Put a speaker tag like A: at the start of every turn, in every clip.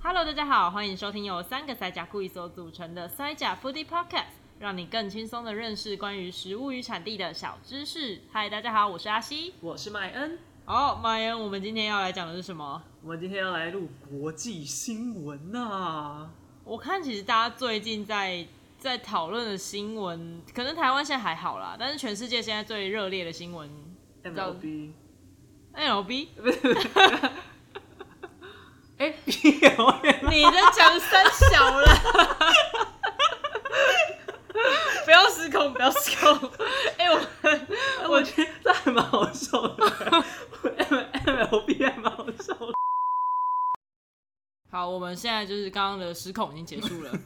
A: Hello，大家好，欢迎收听由三个塞甲故意所组成的塞甲 Foodie Podcast，让你更轻松的认识关于食物与产地的小知识。嗨，大家好，我是阿西。
B: 我是麦恩，
A: 哦，马恩，我们今天要来讲的是什么？
B: 我们今天要来录国际新闻呐、
A: 我看其实大家最近在在讨论的新闻，可能台湾现在还好啦，但是全世界现在最热烈的新闻
B: MLB，
A: ，MLB，
B: 哎，BL，
A: 你在讲三小啦，
B: 不要失控，不要 失控。哎、我我觉得这还蛮好笑的，M MLB 还蛮好笑的。
A: 好，我们现在就是刚刚的失控已经结束了，
B: 有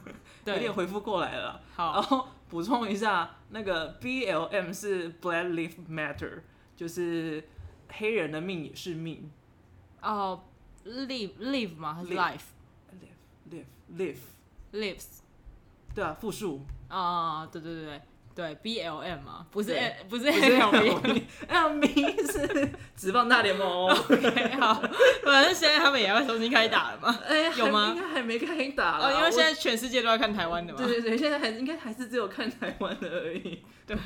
A: 对
B: 点，哦回复过来了啦。然
A: 好，
B: 后补充一下，那个 BLM 是 Black Lives Matter，就是黑人的命也是命
A: 哦、l i v e live 吗？还是
B: Live
A: life
B: ，live live live，
A: lives？
B: 对啊，复 数。
A: 啊、对对对对对，BLM 嘛，不是
B: 对
A: N- 不是
B: 不是
A: MLB。
B: MLB 是职棒大联盟哦。
A: OK，好， 反正现在他们也要重新开打了嘛。
B: 哎、还
A: 有吗
B: 应该还没开打啦
A: 哦，因为
B: 我
A: 现在全世界都在看台湾的嘛。
B: 对对对，现在还应该还是只有看台湾的而已。 对，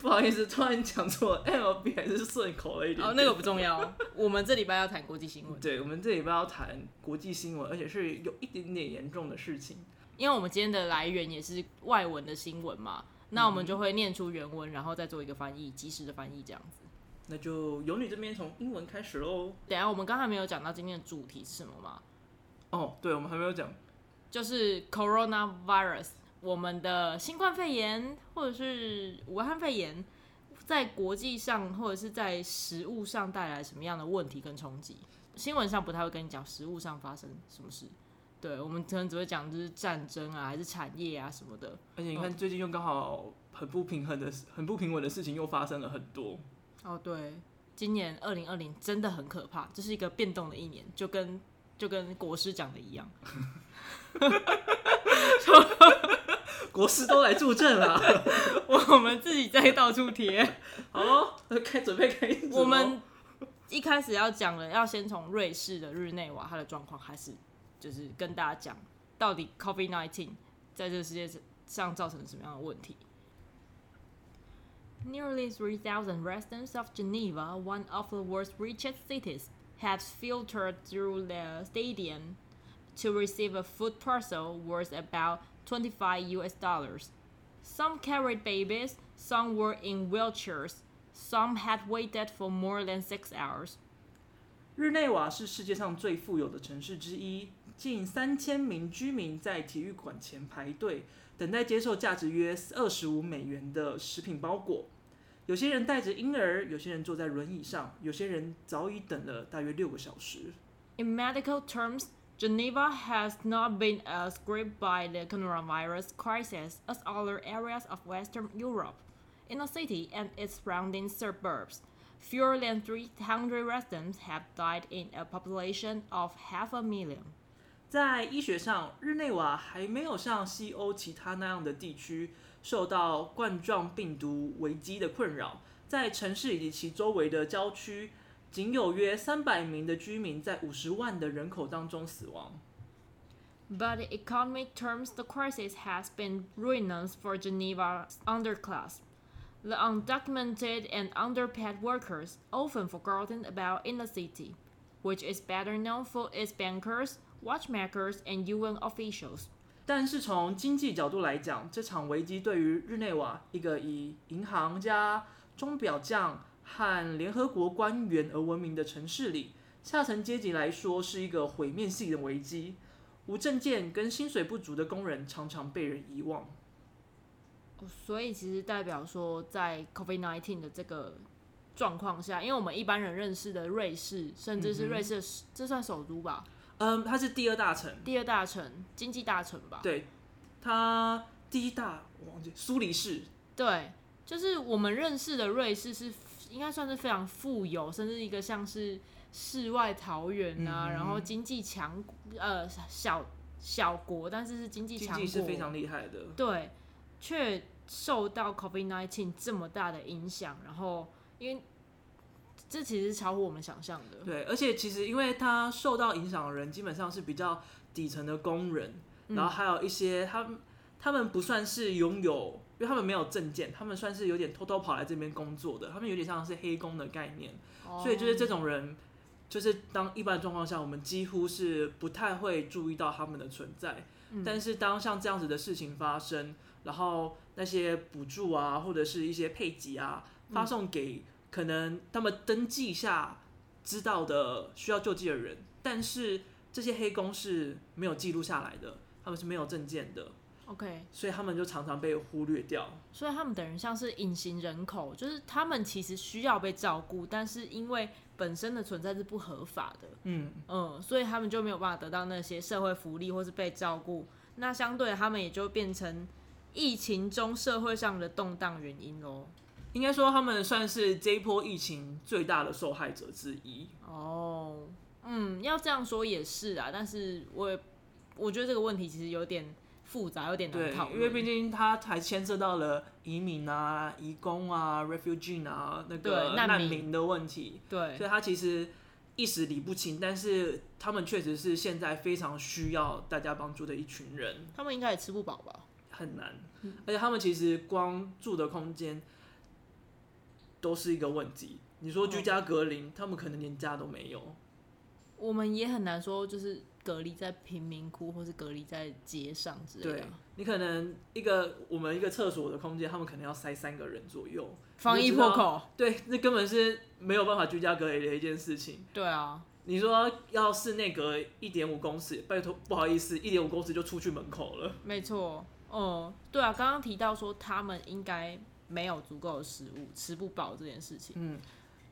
B: 不好意思，突然讲错，MLB 还是顺口了一点。
A: 哦，那个不重要。我们这礼拜要谈国际新 闻，
B: 对，我们这礼拜要谈国际新闻，而且是有一点点严重的事情。
A: 因为我们今天的来源也是外文的新闻嘛，那我们
B: 嗯
A: 就会念出原文，然后再做一个翻译，及时的翻译这样子。
B: 那就由你这边从英文开始喽。
A: 等一下我们刚才没有讲到今天的主题是什么嘛？
B: 哦，对，我们还没有讲，
A: 就是 coronavirus，我们的新冠肺炎或者是武汉肺炎，在国际上或者是在食物上带来什么样的问题跟冲击？新闻上不太会跟你讲食物上发生什么事，对我们可能只会讲就是战争啊，还是产业啊什么的。
B: 而且你看最近又刚好很不平衡的、 很不平稳的事情又发生了很多。
A: 哦，对，今年二零二零真的很可怕，这是一个变动的一年，就跟就跟国师讲的一 样。
B: 国师都来助阵了，
A: 我们自己在到处贴。
B: 好咯，开准备开始咯。
A: 我们一开始要讲的，要先从瑞士的日内瓦它的状况开始，就是跟大家讲到底 COVID nineteen 在这个世界上造成了什么样的问题。Nearly 3,000 residents of Geneva, one of the world's richest cities, had filtered through the stadium to receive a food parcel worth about 25 US dollars. Some carried babies, some were in wheelchairs, some had waited for more than six hours.
B: 日内瓦是世界上最富有的城市之一，近三千名居民在体育馆前排队，等待接受价值约二十五美元的食品包裹。有些人带着婴儿，有些人坐在轮椅上，有些人早已等了大约六个小时。
A: In medical terms, Geneva has not been as gripped by the coronavirus crisis as other areas of Western Europe. In the city and its surrounding suburbs, fewer than 300 residents have died in a population of half a million.
B: 在医学上，日内瓦还没有像西欧其他那样的地区受到冠状病毒危机的困扰。在城市以及其周围的郊区，仅有约三百名的居民在五十万的人口当中死亡。
A: But in economic terms, the crisis has been ruinous for Geneva's underclass. The undocumented and underpaid workers, often forgotten about in the city, which is better known for its bankers, watchmakers, and UN officials.
B: 但是从经济角度来讲，这场危机对于日内瓦一个以银行家、钟表匠和联合国官员而闻名的城市里，下层阶级来说是一个毁灭性的危机。无证件跟薪水不足的工人常常被人遗忘。
A: 所以其实代表说，在 COVID nineteen 的这个状况下，因为我们一般人认识的瑞士，甚至是瑞士的首，这算首都吧，
B: 嗯，它是第二大城，
A: 第二大城，经济大城吧。
B: 对，它第一大我忘记苏黎世，
A: 对，就是我们认识的瑞士是应该算是非常富有，甚至一个像是世外桃源啊，
B: 嗯
A: 然后经济强呃小小国，但是是经济
B: 经
A: 强
B: 济
A: 国，
B: 是非常厉害的。
A: 对，却受到 COVID nineteen 这么大的影响，然后因为这其实超乎我们想象的，
B: 对，而且其实因为它受到影响的人基本上是比较底层的工人，然后还有一些他们他们不算是拥有，因为他们没有证件，他们算是有点偷偷跑来这边工作的，他们有点像是黑工的概念，所以就是这种人。就是当一般状况下，我们几乎是不太会注意到他们的存在。但是当像这样子的事情发生，然后那些补助啊，或者是一些配给啊，发送给可能他们登记下知道的需要救济的人，但是这些黑工是没有记录下来的，他们是没有证件的，
A: OK，
B: 所以他们就常常被忽略掉。
A: 所以他们等于像是隐形人口，就是他们其实需要被照顾，但是因为本身的存在是不合法的，
B: 嗯，
A: 嗯，所以他们就没有办法得到那些社会福利或是被照顾。那相对他们也就变成疫情中社会上的动荡原因喽。
B: 应该说他们算是这一波疫情最大的受害者之一。
A: 哦，嗯，要这样说也是啊，但是我也我觉得这个问题其实有点复杂，有点难
B: 对
A: 讨，论，
B: 因为毕竟它还牵涉到了移民啊、移工啊、refugee 啊那个
A: 对难民
B: 民的问题，
A: 对
B: 所以它其实一时理不清，但是他们确实是现在非常需要大家帮助的一群人，
A: 他们应该也吃不饱吧？
B: 很难，
A: 嗯
B: 而且他们其实光住的空间都是一个问题。你说居
A: 哦
B: 家隔离，他们可能连家都没有，
A: 我们也很难说就是隔离在贫民窟或是隔离在街上之类
B: 对
A: 的。
B: 你可能一个我们一个厕所的空间，他们可能要塞三个人左右，
A: 防疫破口，
B: 对，那根本是没有办法居家隔离的一件事情。
A: 对啊，
B: 你说要室内隔一点五公尺，拜托不好意思，一点五公尺就出去门口了。
A: 没错，嗯，对啊，刚刚提到说他们应该没有足够的食物，吃不饱这件事情。
B: 嗯，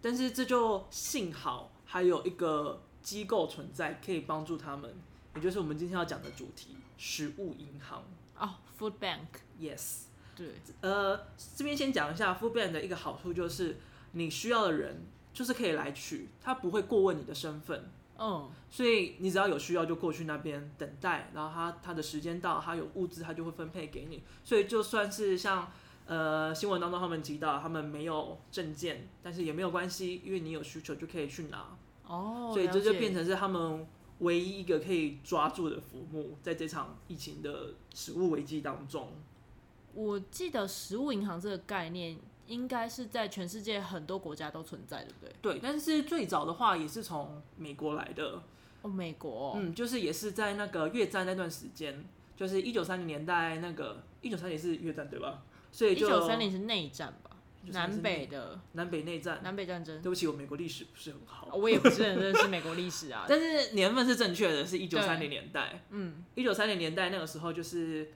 B: 但是这就幸好还有一个机构存在，可以帮助他们，也就是我们今天要讲的主题——食物银行。
A: 哦，Food Bank，
B: Yes，
A: 对，
B: 呃，这边先讲一下 Food Bank 的一个好处就是，你需要的人就是可以来取，他不会过问你的身份。
A: 嗯，
B: 所以你只要有需要就过去那边等待，然后他他的时间到，他有物资，他就会分配给你。所以就算是像呃新闻当中他们提到，他们没有证件，但是也没有关系，因为你有需求就可以去拿。
A: 哦，
B: 所以这就变
A: 成
B: 成是他们唯一一个可以抓住的服务，在这场疫情的食物危机当中。
A: 我记得食物银行这个概念应该是在全世界很多国家都存在，对不对？
B: 对，但是最早的话也是从美国来的，
A: 哦，美国哦、
B: 嗯，就是也是在那个越战那段时间，就是一九三零年代那个一九三零是越战对吧？所以
A: 一
B: 就
A: 九三零是内战吧，
B: 1930
A: 南北的
B: 南北内战。
A: 南北战争。哦
B: 对不起，我美国历史不是很好，
A: 我也不是很认识美国历史
B: ，
A: 啊
B: 但是年份是正确的，是一九三零年代。
A: 嗯，
B: 一九三零年代那个时候就是，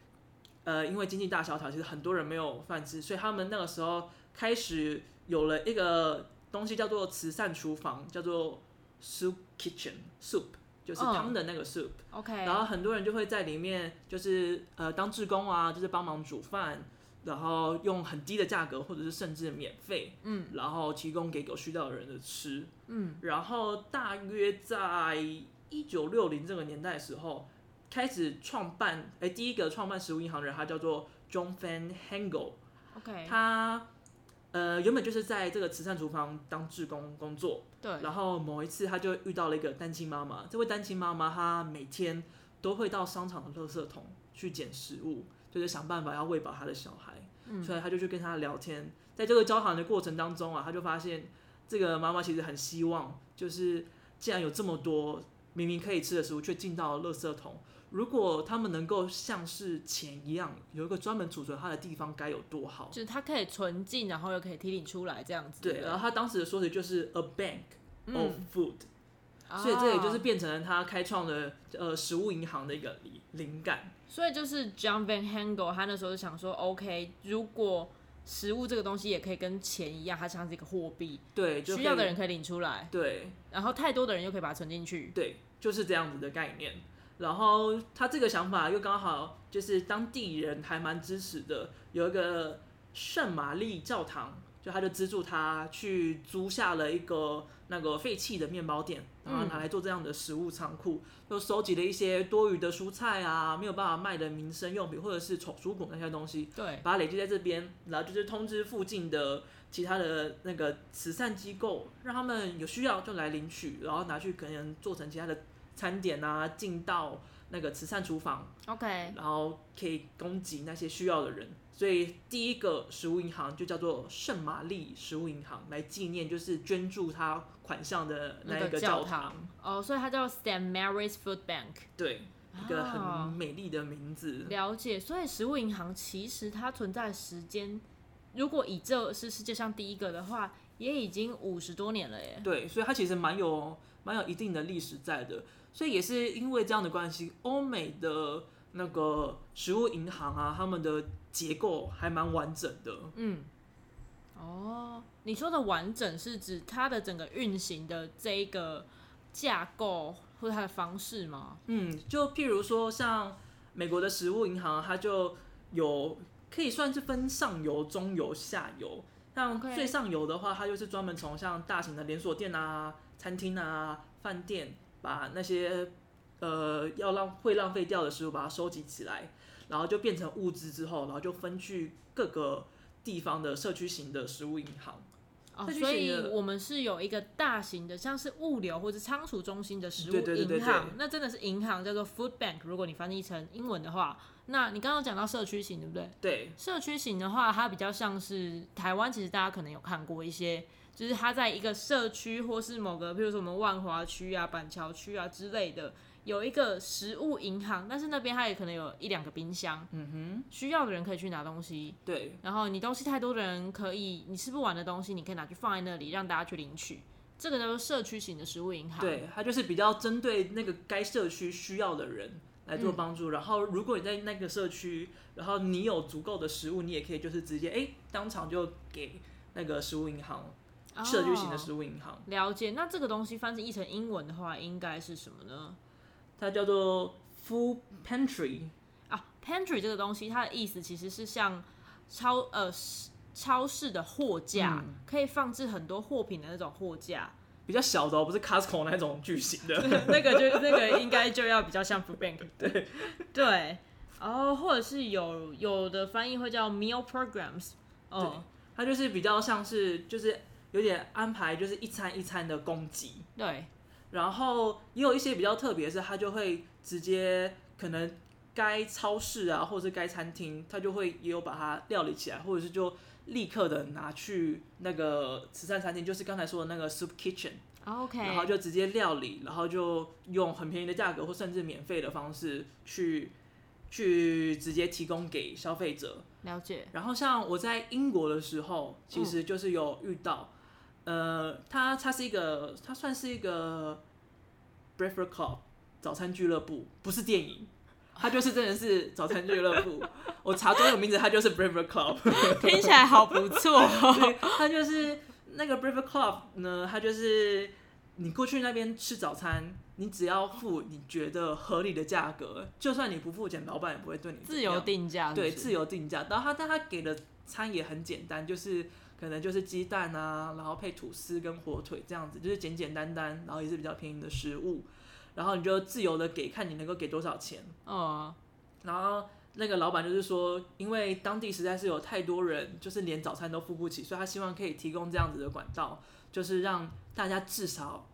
B: 呃，因为经济大萧条，其实很多人没有饭吃，所以他们那个时候开始有了一个东西叫做慈善厨房，叫做 soup kitchen soup，就是
A: 嗯
B: 汤的那个 soup。
A: OK，
B: 然后很多人就会在里面，就是呃当志工啊，就是帮忙煮饭，然后用很低的价格或者是甚至免费，
A: 嗯，
B: 然后提供给有需要的人的吃。
A: 嗯，
B: 然后大约在一九六零这个年代的时候，开始创办，哎，第一个创办食物银行的人，他叫做 John Van Hengel，
A: OK，
B: 他呃原本就是在这个慈善厨房当志工工作，
A: 对，
B: 然后某一次，他就遇到了一个单亲妈妈。这位单亲妈妈，她每天都会到商场的垃圾桶去捡食物，就是想办法要喂饱她的小孩。
A: 嗯
B: 所以他就去跟她聊天。在这个交谈的过程当中啊，他就发现这个妈妈其实很希望，就是既然有这么多明明可以吃的食物，却进到垃圾桶，如果他们能够像是钱一样，有一个专门储存它的地方，该有多好。
A: 就是它可以存进，然后又可以提领出来这样子。
B: 对，然后他当时的说辞就是 a bank
A: 嗯
B: of food，、
A: 啊
B: 哦所以这也就是，变成了他开创了呃食物银行的一个灵灵感。
A: 所以就是 John Van Hengel 他那时候就想说，OK，如果食物这个东西也可以跟钱一样，它像是一个货币，
B: 对，就可
A: 需
B: 以
A: 要的人可以领出来，
B: 对
A: 然后太多的人又可以把它存进去。
B: 对，就是这样子的概念。然后他这个想法又刚好就是当地人还蛮支持的，有一个圣玛丽教堂，就他就资助他去租下了一个那个废弃的面包店，然后拿来做这样的食物仓库，又收集了一些多余的蔬菜啊，没有办法卖的民生用品或者是丑蔬果那些东西，
A: 对，
B: 把它累积在这边，然后就是通知附近的其他的那个慈善机构，让他们有需要就来领取，然后拿去可能做成其他的餐点啊，进到那个慈善厨房，
A: OK，
B: 然后可以供给那些需要的人。所以第一个食物银行就叫做圣玛丽食物银行，来纪念就是捐助他款项的那
A: 那
B: 一
A: 个
B: 个
A: 教
B: 堂。
A: 哦，所以它叫 St. Mary's Food Bank。
B: 对，一个很
A: 哦
B: 美丽的名字。
A: 了解，所以食物银行其实它存在时间，如果以这是世界上第一个的话，也已经五十多年了耶。
B: 对，所以它其实蛮有蛮有一定的历史在的。所以也是因为这样的关系，欧美的那个食物银行啊，他们的结构还蛮完整的。
A: 嗯，哦，你说的完整是指它的整个运行的这一个架构或它的方式吗？
B: 嗯，就譬如说像美国的食物银行，啊它就有可以算是分上游、中游、下游。像
A: OK
B: 最上游的话，它就是专门从像大型的连锁店啊、餐厅啊、饭店，把那些呃要浪会浪费掉的食物把它收集起来，然后就变成物资之后，然后就分去各个地方的社区型的食物银行。
A: 哦，
B: 它就
A: 所
B: 是一
A: 以
B: 个
A: 我们是有一个大型的，像是物流或者仓储中心的食物
B: 对对对对
A: 银行
B: 对，
A: 那真的是银行，叫做 food bank。如果你翻译成英文的话，那你刚刚有讲到社区型，对不对？
B: 对，
A: 社区型的话，它比较像是台湾，其实大家可能有看过一些，就是它在一个社区或是某个，譬如说我们万华区啊、板桥区啊之类的，有一个食物银行，但是那边它也可能有一两个冰箱，
B: 嗯
A: 需要的人可以去拿东西。
B: 哼，对，
A: 然后你东西太多的人可以，你吃不完的东西，你可以拿去放在那里，让大家去领取。这个叫做社区型的食物银行。
B: 对，它就是比较针对那个该社区需要的人来做帮助。然后，如果你在那个社区，然后你有足够的食物，你也可以就是直接哎、诶当场就给那个食物银行，
A: 哦，
B: 社区型的食物银行，
A: 了解。那这个东西翻成译成英文的话，应该是什么呢？
B: 它叫做 Food Pantry。
A: 啊，pantry 这个东西，它的意思其实是像超呃是超市的货架，
B: 嗯
A: 可以放置很多货品的那种货架。
B: 比较小的、哦，不是 Costco 那种巨型的，
A: 那个就那个应该就要比较像 food bank。对 对，哦，或者是有有的翻译会叫 meal programs。哦，
B: 它就是比较像是就是有点安排，就是一餐一餐的供给。
A: 对，
B: 然后也有一些比较特别，是它就会直接可能该超市啊，或者是该餐厅，它就会也有把它料理起来，或者是就立刻的拿去那个慈善餐厅，就是刚才说的那个 soup kitchen，
A: 哦 OK，
B: 然后就直接料理，然后就用很便宜的价格或甚至免费的方式去去直接提供给消费者。
A: 了解。
B: 然后像我在英国的时候，其实就是有遇到，
A: 嗯
B: 呃，它它是一个，它算是一个 breakfast club 早餐俱乐部，不是电影，它就是真的是早餐俱 乐部。我查中文名字，它就是 breakfast club。
A: 听起来好不错。
B: 对，它就是那个 breakfast club 呢，它就是你过去那边吃早餐，你只要付你觉得合理的价格，就算你不付钱，老板也不会对你怎
A: 自
B: 么
A: 由
B: 样
A: 定价
B: 对，
A: 是不是
B: 自由定价。然后他但他给的餐也很简单，就是可能就是鸡蛋啊，然后配吐司跟火腿这样子，就是简简单单，然后也是比较便宜的食物。然后你就自由的给，看你能够给多少钱。
A: 哦，
B: 然后那个老板就是说，因为当地实在是有太多人，就是连早餐都付不起，所以他希望可以提供这样子的管道，就是让大家至少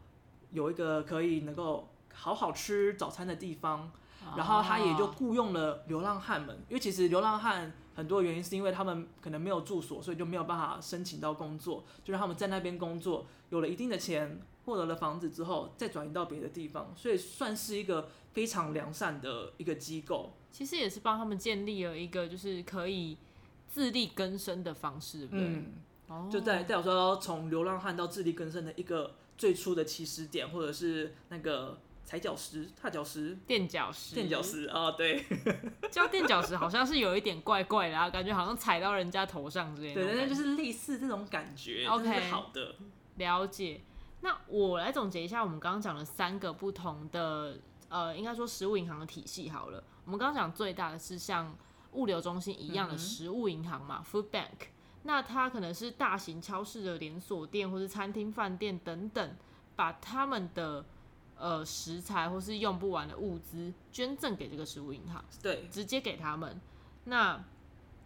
B: 有一个可以能够好好吃早餐的地方。然后他也就
A: 哦
B: 雇佣了流浪汉们，因为其实流浪汉很多原因是因为他们可能没有住所，所以就没有办法申请到工作，就让他们在那边工作，有了一定的钱，获得了房子之后，再转移到别的地方，所以算是一个非常良善的一个机构。
A: 其实也是帮他们建立了一个就是可以自力更生的方式，对不对？
B: 嗯，
A: 哦
B: 就代代表说从流浪汉到自力更生的一个最初的起始点，或者是那个踩脚石、踏脚石、
A: 哦垫脚石，
B: 垫脚，石啊、哦，对。
A: 叫垫脚石好像是有一点怪怪的、啊，感觉好像踩到人家头上之类的
B: 对，
A: 那种感觉。
B: 但是就是类似这种感觉
A: OK
B: 这是好的。
A: 了解。那我来总结一下我们刚刚讲的三个不同的，呃，应该说食物银行的体系好了。我们刚刚讲最大的是像物流中心一样的
B: 嗯哼
A: 食物银行嘛、f o o d Bank。那它可能是大型超市的连锁店，或是餐厅、饭店等等，把他们的呃食材或是用不完的物资捐赠给这个食物银行。
B: 对，
A: 直接给他们。那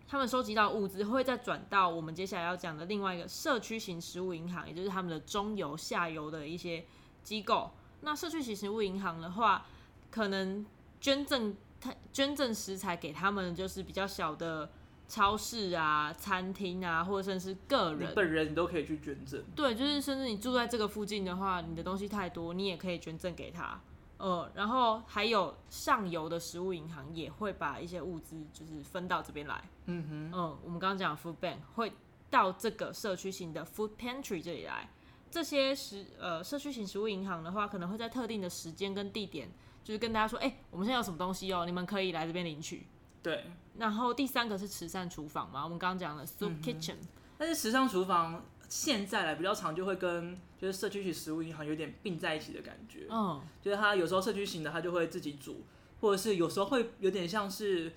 A: 他们收集到物资会再转到我们接下来要讲的另外一个社区型食物银行，也就是他们的中游、下游的一些机构。那社区型食物银行的话，可能捐赠他捐赠食材给他们，就是比较小的超市啊、餐厅啊，或者甚至是个
B: 你
A: 人。
B: 本人你都可以去捐赠。
A: 对，就是甚至你住在这个附近的话，你的东西太多，你也可以捐赠给他。呃，然后还有上游的食物银行也会把一些物资就是分到这边来。
B: 嗯哼，
A: 嗯，我们刚刚讲的 food bank 会到这个社区型的 food pantry 这里来。这些食呃社区型食物银行的话，可能会在特定的时间跟地点，就是跟大家说，哎、我们现在有什么东西哦，你们可以来这边领取。
B: 对。
A: 然后第三个是慈善厨房嘛，我们刚刚讲了 soup
B: 嗯
A: kitchen，、
B: 但是时尚厨房现在来比较常就会跟就是社区型食物银行有点并在一起的感觉，
A: 嗯，
B: 就是它有时候社区型的它就会自己煮，或者是有时候会有点像是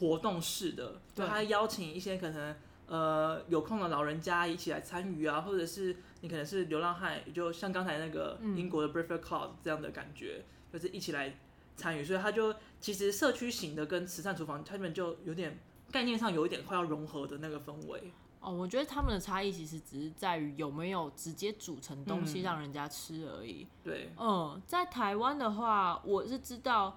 B: 活动式的，就
A: 对
B: 它邀请一些可能。呃，有空的老人家一起来参与啊，或者是你可能是流浪汉，也就像刚才那个
A: 嗯
B: 英国的 Breakfast Club 这样的感觉，就是一起来参与，所以它就其实社区型的跟慈善厨房，他们就有点概念上有一点快要融合的那个氛围。
A: 哦，我觉得他们的差异其实只是在于有没有直接煮成东西
B: 嗯
A: 让人家吃而已。
B: 对，
A: 嗯，在台湾的话，我是知道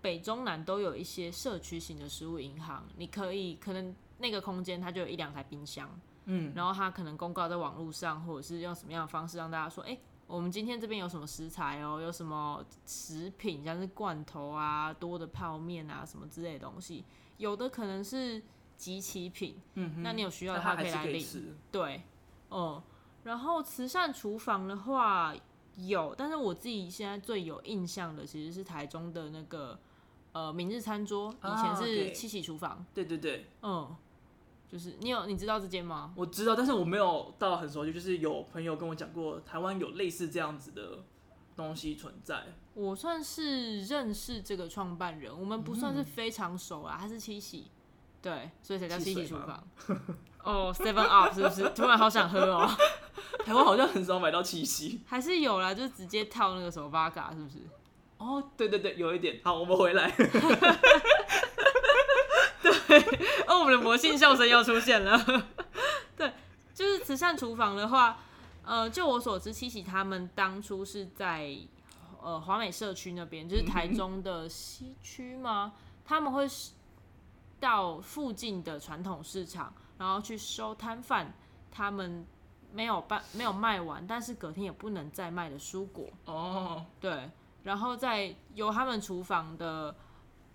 A: 北中南都有一些社区型的食物银行，你可以可能那个空间它就有一两台冰箱，
B: 嗯，
A: 然后它可能公告在网络上，或者是用什么样的方式让大家说，哎、我们今天这边有什么食材哦，有什么食品，像是罐头啊、多的泡面啊什么之类的东西，有的可能是集齐品，
B: 嗯哼，
A: 那你有需要的
B: 但
A: 话
B: 它还
A: 以
B: 是
A: 来
B: 可以
A: 领。
B: 吃。
A: 对，哦、然后慈善厨房的话有，但是我自己现在最有印象的其实是台中的那个呃明日餐桌，以
B: 啊
A: 前是
B: 对
A: 七喜厨房，
B: 对对对，
A: 嗯，就是你有你知道这间吗？
B: 我知道，但是我没有到很熟悉，就是有朋友跟我讲过，台湾有类似这样子的东西存在。
A: 我算是认识这个创办人，我们不
B: 嗯
A: 算是非常熟啊，他是七喜，对，所以才叫
B: 汽
A: 七喜
B: 水
A: 厨
B: 吗
A: 房。哦，Seven Up 是不是？突然好想喝哦，
B: 台湾好像很少买到七夕。
A: 还是有啦，就直接套那个手巴嘎，是不是？
B: 哦，对对对，有一点。好，我们回来。
A: 哦，我们的魔性笑声又出现了。对，就是慈善厨房的话，呃，就我所知，七喜他们当初是在呃华美社区那边，就是台中的西区吗？他们会是到附近的传统市场，然后去收摊贩他们没有办没有卖完，但是隔天也不能再卖的蔬果。
B: 哦，
A: 对，然后再由他们厨房的，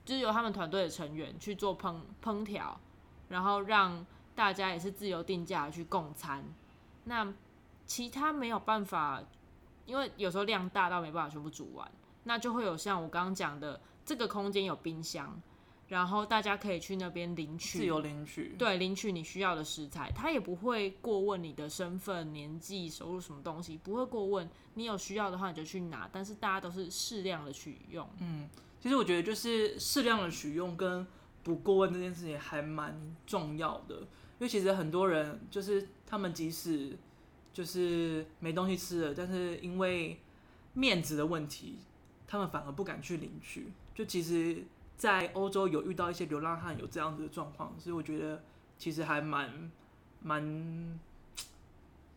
A: 就是由他们团队的成员去做烹烹调，然后让大家也是自由定价去供餐。那其他没有办法，因为有时候量大到没办法全部煮完，那就会有像我刚刚讲的，这个空间有冰箱，然后大家可以去那边领取
B: 自由领取。
A: 对，领取你需要的食材，他也不会过问你的身份、年纪、收入什么东西，不会过问。你有需要的话你就去拿，但是大家都是适量的取用。
B: 嗯其实我觉得就是适量的取用跟不过问这件事情还蛮重要的，因为其实很多人就是他们即使就是没东西吃了，但是因为面子的问题，他们反而不敢去领取。就其实，在欧洲有遇到一些流浪汉有这样子的状况，所以我觉得其实还蛮蛮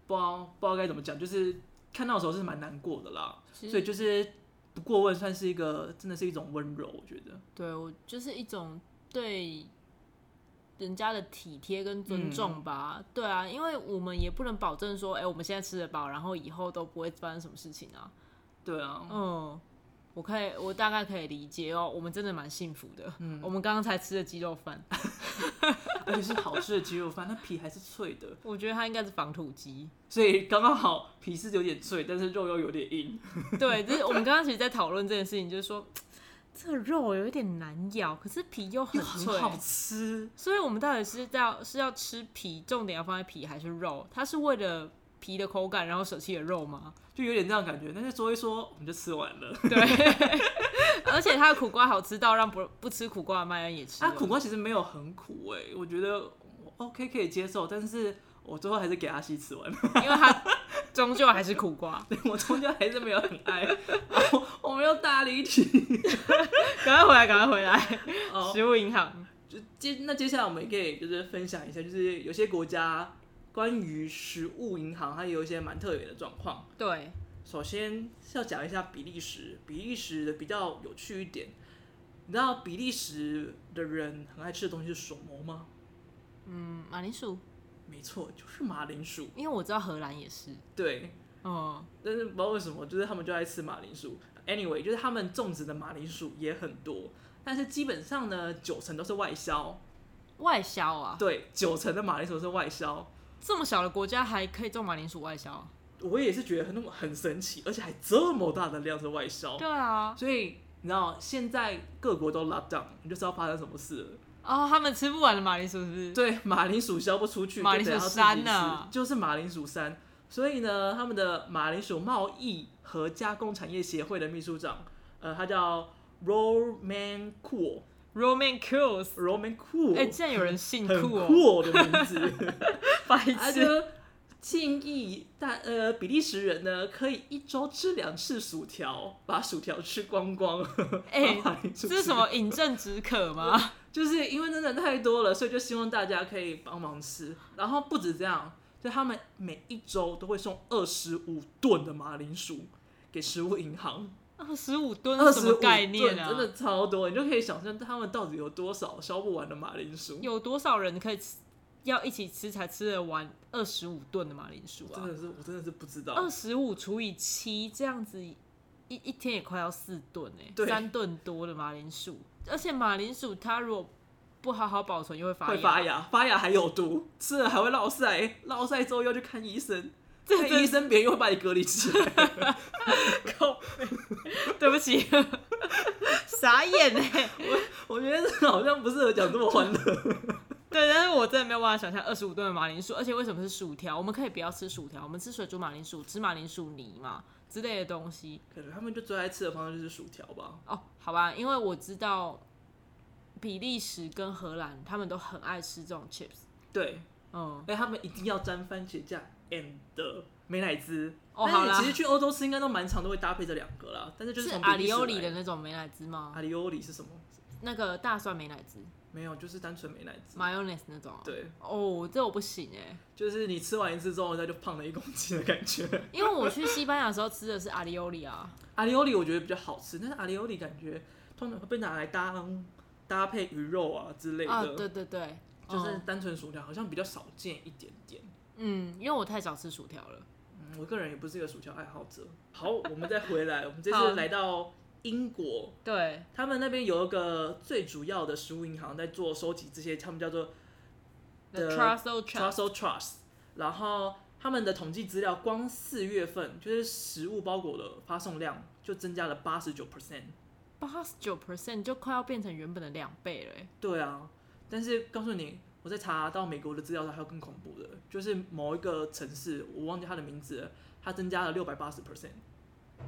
B: 不知道不知道该怎么讲，就是看到的时候是蛮难过的啦。
A: 其
B: 所以
A: 实
B: 就是不过问，算是一个真的是一种温柔，我觉得。
A: 对我就是一种对人家的体贴跟尊
B: 嗯
A: 重吧。对啊，因为我们也不能保证说，哎、我们现在吃得饱，然后以后都不会发生什么事情啊。
B: 对啊，
A: 嗯，我可以，我大概可以理解哦。我们真的蛮幸福的。嗯，我们刚刚才吃的鸡肉饭，
B: 而且是好吃的鸡肉饭，那皮还是脆的，
A: 我觉得它应该是防土鸡。
B: 所以刚刚好，皮是有点脆，但是肉又有点硬。
A: 对，就是我们刚刚其实，在讨论这件事情，就是说这个肉有一点难咬，可是皮又很
B: 又很
A: 脆，
B: 好吃，
A: 所以我们到底是要是要吃皮，重点要放在皮还是肉？它是为了皮的口感，然后舍弃了肉吗？
B: 就有点这样的感觉。但是说一说，我们就吃完了。
A: 对， 而且它的苦瓜好吃到让不不吃苦瓜的麦恩也吃
B: 它
A: 了。
B: 啊苦瓜其实没有很苦哎、我觉得我 OK 可以接受，但是我最后还是给阿西吃完了，
A: 因 为它终究还是苦瓜。
B: 我中间还是没有很爱，我我没有大离题。
A: 赶快回来，赶快回来，
B: 哦
A: 食物银行。
B: 就接那接下来我们也可以就是分享一下，就是有些国家关于食物银行，它也有一些蛮特别的状况。
A: 对，
B: 首先是要讲一下比利时，比利时的比较有趣一点，你知道比利时的人很爱吃的东西是什么吗？
A: 嗯，马铃薯，
B: 没错，就是马铃薯。
A: 因为我知道荷兰也是，
B: 对，
A: 嗯，
B: 但是不知道为什么，就是他们就爱吃马铃薯。Anyway，就是他们种植的马铃薯也很多，但是基本上呢，九成都是外销。
A: 外销啊，
B: 对，九成的马铃薯是外销。
A: 这么小的国家还可以种马铃薯外销？
B: 我也是觉得很很神奇，而且还这么大的量是外销。
A: 对啊，
B: 所以你知道现在各国都 lockdown，你就知道发生什么事了。
A: 哦，他们吃不完的马铃薯是不是？
B: 对，马铃薯销不出去，
A: 马铃薯
B: 就得要自己
A: 山啊
B: 吃
A: 呐
B: 就是马铃薯山。所以呢，他们的马铃薯贸易和加工产业协会的秘书长，呃，他叫 Roman Cool，Roman
A: ，Roman Cools，
B: Cool，
A: 哎、竟然有人姓
B: 很
A: 酷哦、
B: 酷的名字。
A: 白
B: 他
A: 痴，
B: 就建议大呃比利时人呢，可以一周吃两次薯条，把薯条吃光光。
A: 哎
B: 把马铃薯
A: 这是
B: 吃
A: 什么饮鸩止渴 吗？
B: 就是因为真的太多了，所以就希望大家可以帮忙吃。然后不止这样，就他们每一周都会送二十五吨的马铃薯给食物银行，
A: 二十五吨
B: 二
A: 是什
B: 十
A: 么
B: 五
A: 概念啊？
B: 真的超多，你就可以想象他们到底有多少销不完的马铃薯。
A: 有多少人可以吃要一起吃才吃得完二十五吨的马铃薯
B: 真
A: 啊？
B: 的是，我真的是不知道
A: 二。十五除以七，这样子一一天也快要四吨哎、
B: 对
A: 三吨多的马铃薯，而且马铃薯它如果不好好保存，又会发 芽。
B: 会发芽，发芽还有毒，吃了还会落腮，落腮之后要去看医生，
A: 这
B: 看医生别人又会把你隔离起来。
A: 靠背对不起， 傻眼哎、
B: 我觉得这好像不适合讲这么欢乐。
A: 对，但是我真的没有办法想象二十五吨的马铃薯，而且为什么是薯条？我们可以不要吃薯条，我们吃水煮马铃薯、吃马铃薯泥嘛之类的东西。
B: 可能他们就最爱吃的方式就是薯条吧。
A: 哦，好吧，因为我知道比利时跟荷兰他们都很爱吃这种 chips。
B: 对，
A: 嗯，
B: 哎，他们一定要沾番茄酱 and 美乃滋。
A: 哦，
B: 但
A: 好
B: 是
A: 啦
B: 其，实去欧洲吃应该都蛮常都会搭配这两个啦，但是就是是从
A: 阿
B: 比利
A: 里
B: 时
A: 欧
B: 来
A: 里的。那种美乃滋吗
B: 阿？里欧里是什么？
A: 那个大蒜美乃滋
B: 没有，就是单纯美乃滋。
A: mayonnaise 那种哦。
B: 对，
A: 哦，这我不行哎、
B: 就是你吃完一次之后，那就胖了一公斤的感觉。
A: 因为我去西班牙的时候吃的是阿里欧里 啊。
B: 阿里欧里我觉得比较好吃，但是阿里欧里感觉通常会被拿来搭搭配鱼肉啊之类的，
A: 啊，对对对，
B: 就是
A: 嗯
B: 单纯薯条好像比较少见一点点。
A: 嗯，因为我太少吃薯条了。
B: 嗯，我个人也不是一个薯条爱好者。好，我们再回来，我们这
A: 好
B: 次来到英国，
A: 对，
B: 他们那边有一个最主要的食物银行在做收集这些，他们叫做
A: The
B: The
A: Trussell Trust，
B: Trussell Trust，然后他们的统计资料，光四月份就是食物包裹的发送量就增加了八十九 percent。
A: 八十九 percent 就快要变成原本的两倍了欸。
B: 对啊，但是告诉你，我在查到美国的资料的时候还有更恐怖的，就是某一个城市，我忘记它的名字了，它增加了六百八十 percent。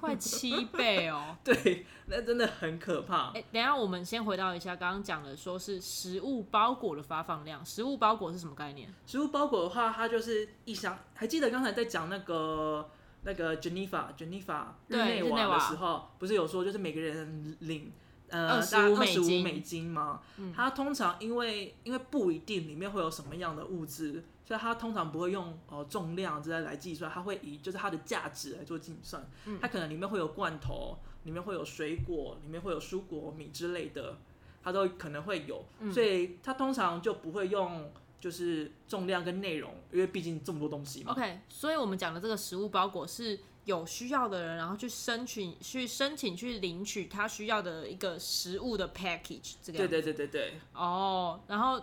A: 快七倍 哦！
B: 对，那真的很可怕
A: 哎、。等一下我们先回到一下刚刚讲的，说是食物包裹的发放量。食物包裹是什么概念？
B: 食物包裹的话，它就是一箱。还记得刚才在讲那个那个 Geneva Geneva 日
A: 对
B: 内
A: 日内
B: 瓦
A: 瓦
B: 的时候，不是有说就是每个人领呃
A: 25
B: 二
A: 美
B: 十五
A: 金
B: 美金吗？
A: 嗯
B: 它通常因为因为不一定里面会有什么样的物质，所以它通常不会用呃重量之类来计算，它会以就是它的价值来做计算。
A: 嗯
B: 它可能里面会有罐头，里面会有水果，里面会有蔬果、米之类的，它都可能会有。
A: 嗯
B: 所以它通常就不会用就是重量跟内容，因为毕竟这么多东西嘛。
A: OK，所以我们讲的这个食物包裹是有需要的人，然后去申请、去申请、去领取他需要的一个食物的 package，这个
B: 对
A: 样子
B: 对对对对，
A: 哦，然后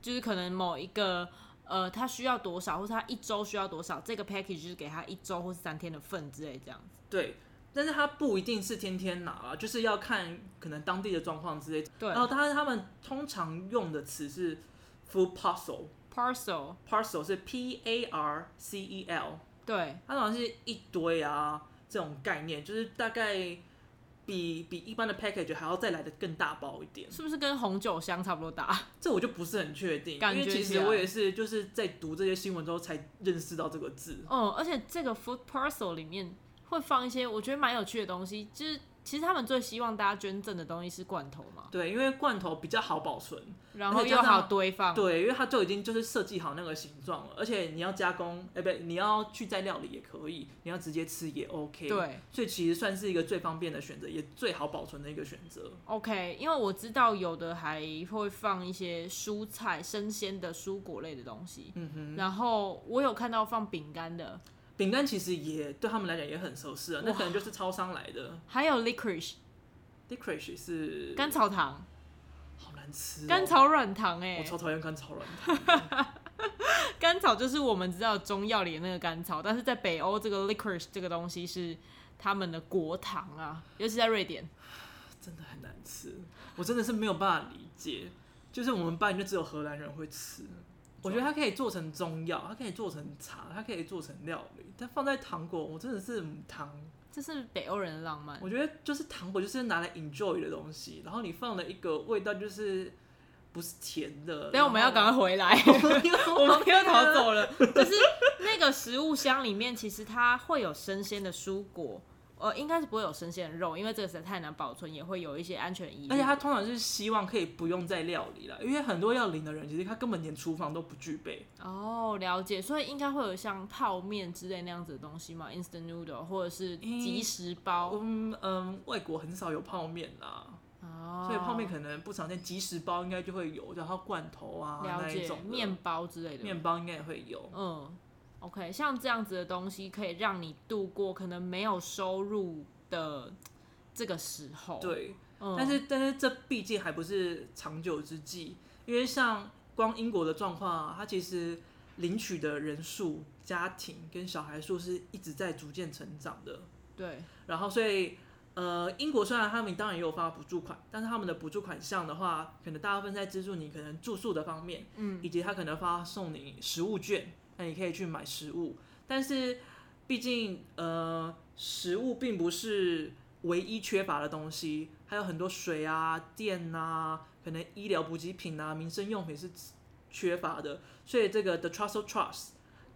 A: 就是可能某一个呃，他需要多少，或是他一周需要多少，这个 package 就是给他一周或是三天的份之类这样子。
B: 对，但是它不一定是天天拿啊，就是要看可能当地的状况之类。
A: 对、
B: 然后他他们通常用的词是 food parcel。
A: p a r c e l
B: Parcel 是 P A R C E L，
A: 对，
B: 它好像是一堆啊这种概念，就是大概比比一般的 package 还要再来的更大包一点。
A: 是不是跟红酒箱差不多大？
B: 这我就不是很确定，因
A: 感觉
B: 为其
A: 起
B: 实
A: 来
B: 我也是就是在读这些新闻之后才认识到这个字。
A: 哦，而且这个 food parcel 里面会放一些我觉得蛮有趣的东西，就是其实他们最希望大家捐赠的东西是罐头嘛，
B: 对，因为罐头比较好保存，
A: 然后又好堆放。
B: 对，因为它就已经就是设计好那个形状了，而且你要加工，哎、不，你要去再料理也可以，你要直接吃也 OK。，
A: 对
B: 所以其实算是一个最方便的选择，也最好保存的一个选择。
A: ，OK，因为我知道有的还会放一些蔬菜、生鲜的蔬果类的东西，
B: 嗯哼，
A: 然后我有看到放饼干的，
B: 饼干其实也对他们来讲也很熟悉啊，那
A: 哇
B: 可能就是超商来的。
A: 还有 licorice
B: Licorice 是
A: 甘草糖、
B: 好难吃、哦，
A: 甘草软糖、
B: 我
A: 欸，
B: 超讨厌甘草软糖。
A: 甘草就是我们知道中药里的那个甘草，但是在北欧这个 licorice 这个东西是他们的国糖啊，尤其在瑞典。
B: 真的很难吃，我真的是没有办法理解。就是我们班就只有荷兰人会吃，我觉得它可以做成中药，它可以做成茶，它可以做成料理，但放在糖果，我真的是嗯糖。
A: 这是北欧人的浪漫，
B: 我觉得就是糖果就是拿来 enjoy 的东西，然后你放了一个味道就是不是甜的。
A: 但我们要 赶快回来，
B: 快，
A: 我们要逃走 了。就是那个食物箱里面，其实它会有生鲜的蔬果，呃，应该是不会有生鲜的肉，因为这个实在太难保存，也会有一些安全疑虑。
B: 而且他通常是希望可以不用再料理了，因为很多要领的人其实他根本连厨房都不具备。
A: 哦，了解，所以应该会有像泡面之类那样子的东西嘛，instant noodle 或者是即食包。
B: 嗯嗯，外国很少有泡面啦。
A: 哦，
B: 所以泡面可能不常见，即食包应该就会有，然后罐头啊
A: 了
B: 那一
A: 解
B: 种的
A: 面包之类的。
B: 面包应该也会有。
A: 嗯，OK，像这样子的东西可以让你度过可能没有收入的这个时候。，
B: 对，
A: 嗯、
B: 但是但是这毕竟还不是长久之计，因为像光英国的状况啊，它其实领取的人数、家庭跟小孩数是一直在逐渐成长的。
A: 对，
B: 然后所以呃，英国虽然他们当然也有发补助款，但是他们的补助款项的话，可能大部分在资助你可能住宿的方面，
A: 嗯，
B: 以及他可能发送你食物券，那你可以去买食物，但是毕竟呃，食物并不是唯一缺乏的东西，还有很多水啊、电啊，可能医疗补给品啊、民生用品是缺乏的，所以这个 The Trussell Trust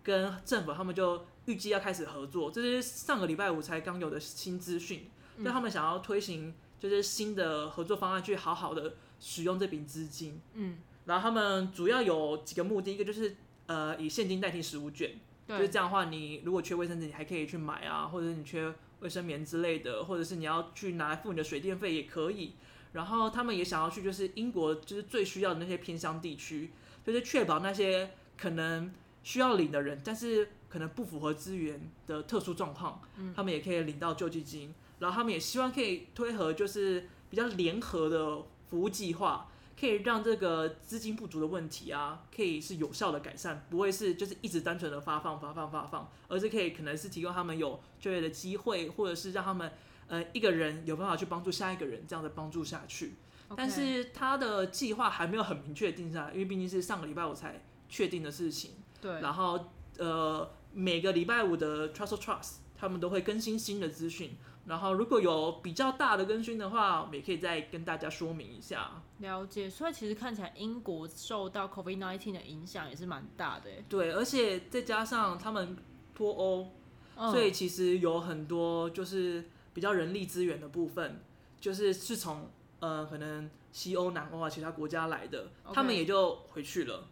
B: 跟政府他们就预计要开始合作，这是上个礼拜五才刚有的新资讯，
A: 嗯
B: 就他们想要推行就是新的合作方案，去好好的使用这笔资金。
A: 嗯，
B: 然后他们主要有几个目的，一个就是呃以现金代替食物券，就是
A: 对，
B: 这样的话，你如果缺卫生纸，你还可以去买啊，或者是你缺卫生棉之类的，或者是你要去拿来付你的水电费也可以。然后他们也想要去，就是英国就是最需要的那些偏乡地区，就是确保那些可能需要领的人，但是可能不符合资源的特殊状况，
A: 嗯
B: 他们也可以领到救济金。然后他们也希望可以推和就是比较联合的服务计划，可以让这个资金不足的问题啊，可以是有效的改善，不会是就是一直单纯的发放发放发放，而是可以可能是提供他们有就业的机会，或者是让他们呃一个人有办法去帮助下一个人，这样的帮助下去。但
A: OK
B: 是他的计划还没有很明确地定下来，因为毕竟是上个礼拜我才确定的事情。
A: 对，
B: 然后呃，每个礼拜五的 Trust Trust 他们都会更新新的资讯。然后如果有比较大的更新的话，我们也可以再跟大家说明一下。
A: 了解。所以其实看起来英国受到 COVID-19 的影响也是蛮大的欸、
B: 对，而且再加上他们脱欧，
A: 嗯、
B: 所以其实有很多就是比较人力资源的部分，就是是从呃可能西欧、南欧啊其他国家来的
A: OK
B: 他们也就回去了。